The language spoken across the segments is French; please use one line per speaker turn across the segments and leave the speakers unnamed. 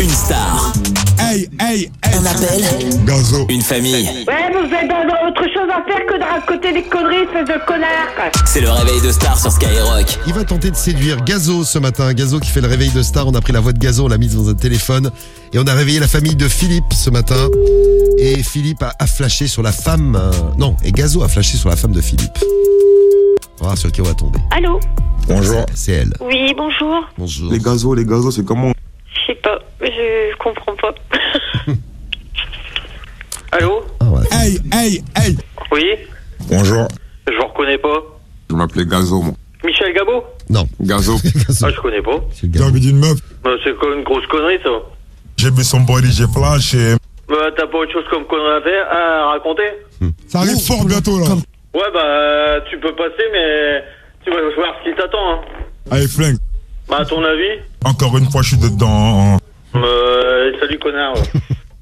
Une star,
Hey, hey, hey.
Un appel,
Gazo.
une famille.
Ouais, vous avez d'avoir autre chose à faire que de raconter des conneries, espèce de connard.
C'est le réveil de star sur Skyrock.
Il va tenter de séduire Gazo ce matin. Gazo qui fait le réveil de star. On a pris la voix de Gazo, on l'a mise dans un téléphone. Et on a réveillé la famille de Philippe ce matin. Et Philippe a, a flashé sur la femme. euh, non, et Gazo a flashé sur la femme de Philippe. On va voir sur qui on va tomber.
Allô
Bonjour.
C'est elle.
Oui, bonjour.
Bonjour.
Les gazos, les gazos, c'est comment
Je sais pas, je comprends pas.
Allô
Ah, voilà.
Hey, hey, hey.
Oui
Bonjour.
Je vous reconnais pas.
Je m'appelais Gazo, moi.
Michel Gabo
Non.
Gazo.
Gazo,
Ah, je connais pas.
c'est le
J'ai
Gazo.
envie d'une meuf.
Bah, c'est comme une grosse connerie, ça.
J'ai vu son body, j'ai flashé.
Bah, t'as pas autre chose comme connerie à, faire, à raconter
Ça arrive fort bientôt, là.
Ouais, bah, tu peux passer, mais tu vas voir ce qui t'attend. Hein.
Allez, flingue.
Bah, à ton avis
Encore une fois, je suis dedans. hein,
euh, Salut, connard.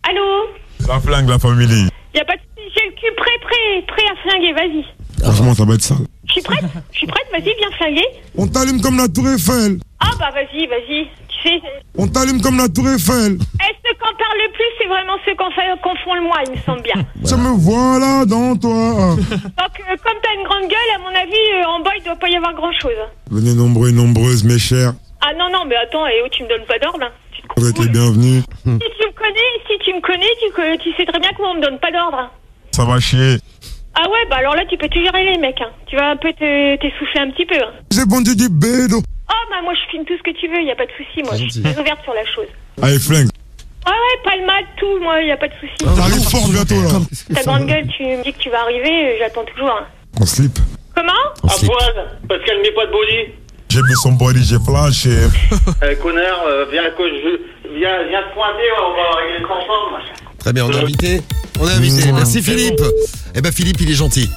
Allô
La flingue, la famille.
Y a pas de... J'ai le cul prêt, prêt, prêt à flinguer, vas-y.
Franchement, ça va être sale.
Je suis prête Je suis prête, vas-y, viens flinguer.
On t'allume comme la tour Eiffel.
Ah bah vas-y, vas-y. Tu sais,
On t'allume comme la tour Eiffel.
eh, ceux qu'on parle le plus, c'est vraiment ceux qu'on fait, qu'on font le moins, il me semble bien.
Ça me voilà dans toi.
Donc, euh, comme t'as une grande gueule, à mon avis, euh, en bas, il doit pas y avoir grand-chose.
Venez nombreux et nombreuses, mes chers.
Ah non, non, mais attends, et où tu me donnes pas d'ordre hein Tu te
Vous êtes les
cool.
bienvenus.
Si tu me connais, si tu me connais, tu, co- tu sais très bien comment on me donne pas d'ordre. hein.
Ça va chier.
Ah ouais, bah alors là, tu peux toujours aller, mec. Hein. Tu vas un peu te- t'essouffler un petit peu. hein.
J'ai vendu du bédo.
Oh, bah moi, je filme tout ce que tu veux, y a pas de souci, moi. Je suis très ouverte sur la chose.
Allez, flingue.
Ah ouais, pas le mal, tout, moi, y a pas de souci.
Ah
Ça arrive fort bientôt, là.
Ta grande gueule, tu me dis que tu vas arriver, euh, j'attends toujours. hein.
On slip.
Comment
On
À
slip.
poil, parce qu'elle met pas de body.
J'ai vu son body, j'ai flashé.
Euh, connard, euh, viens, que je... viens, viens te pointer, on va régler ça ensemble.
Mmh.
Très bien, on a invité. On a invité. Merci Philippe. Eh ben Philippe, il est gentil.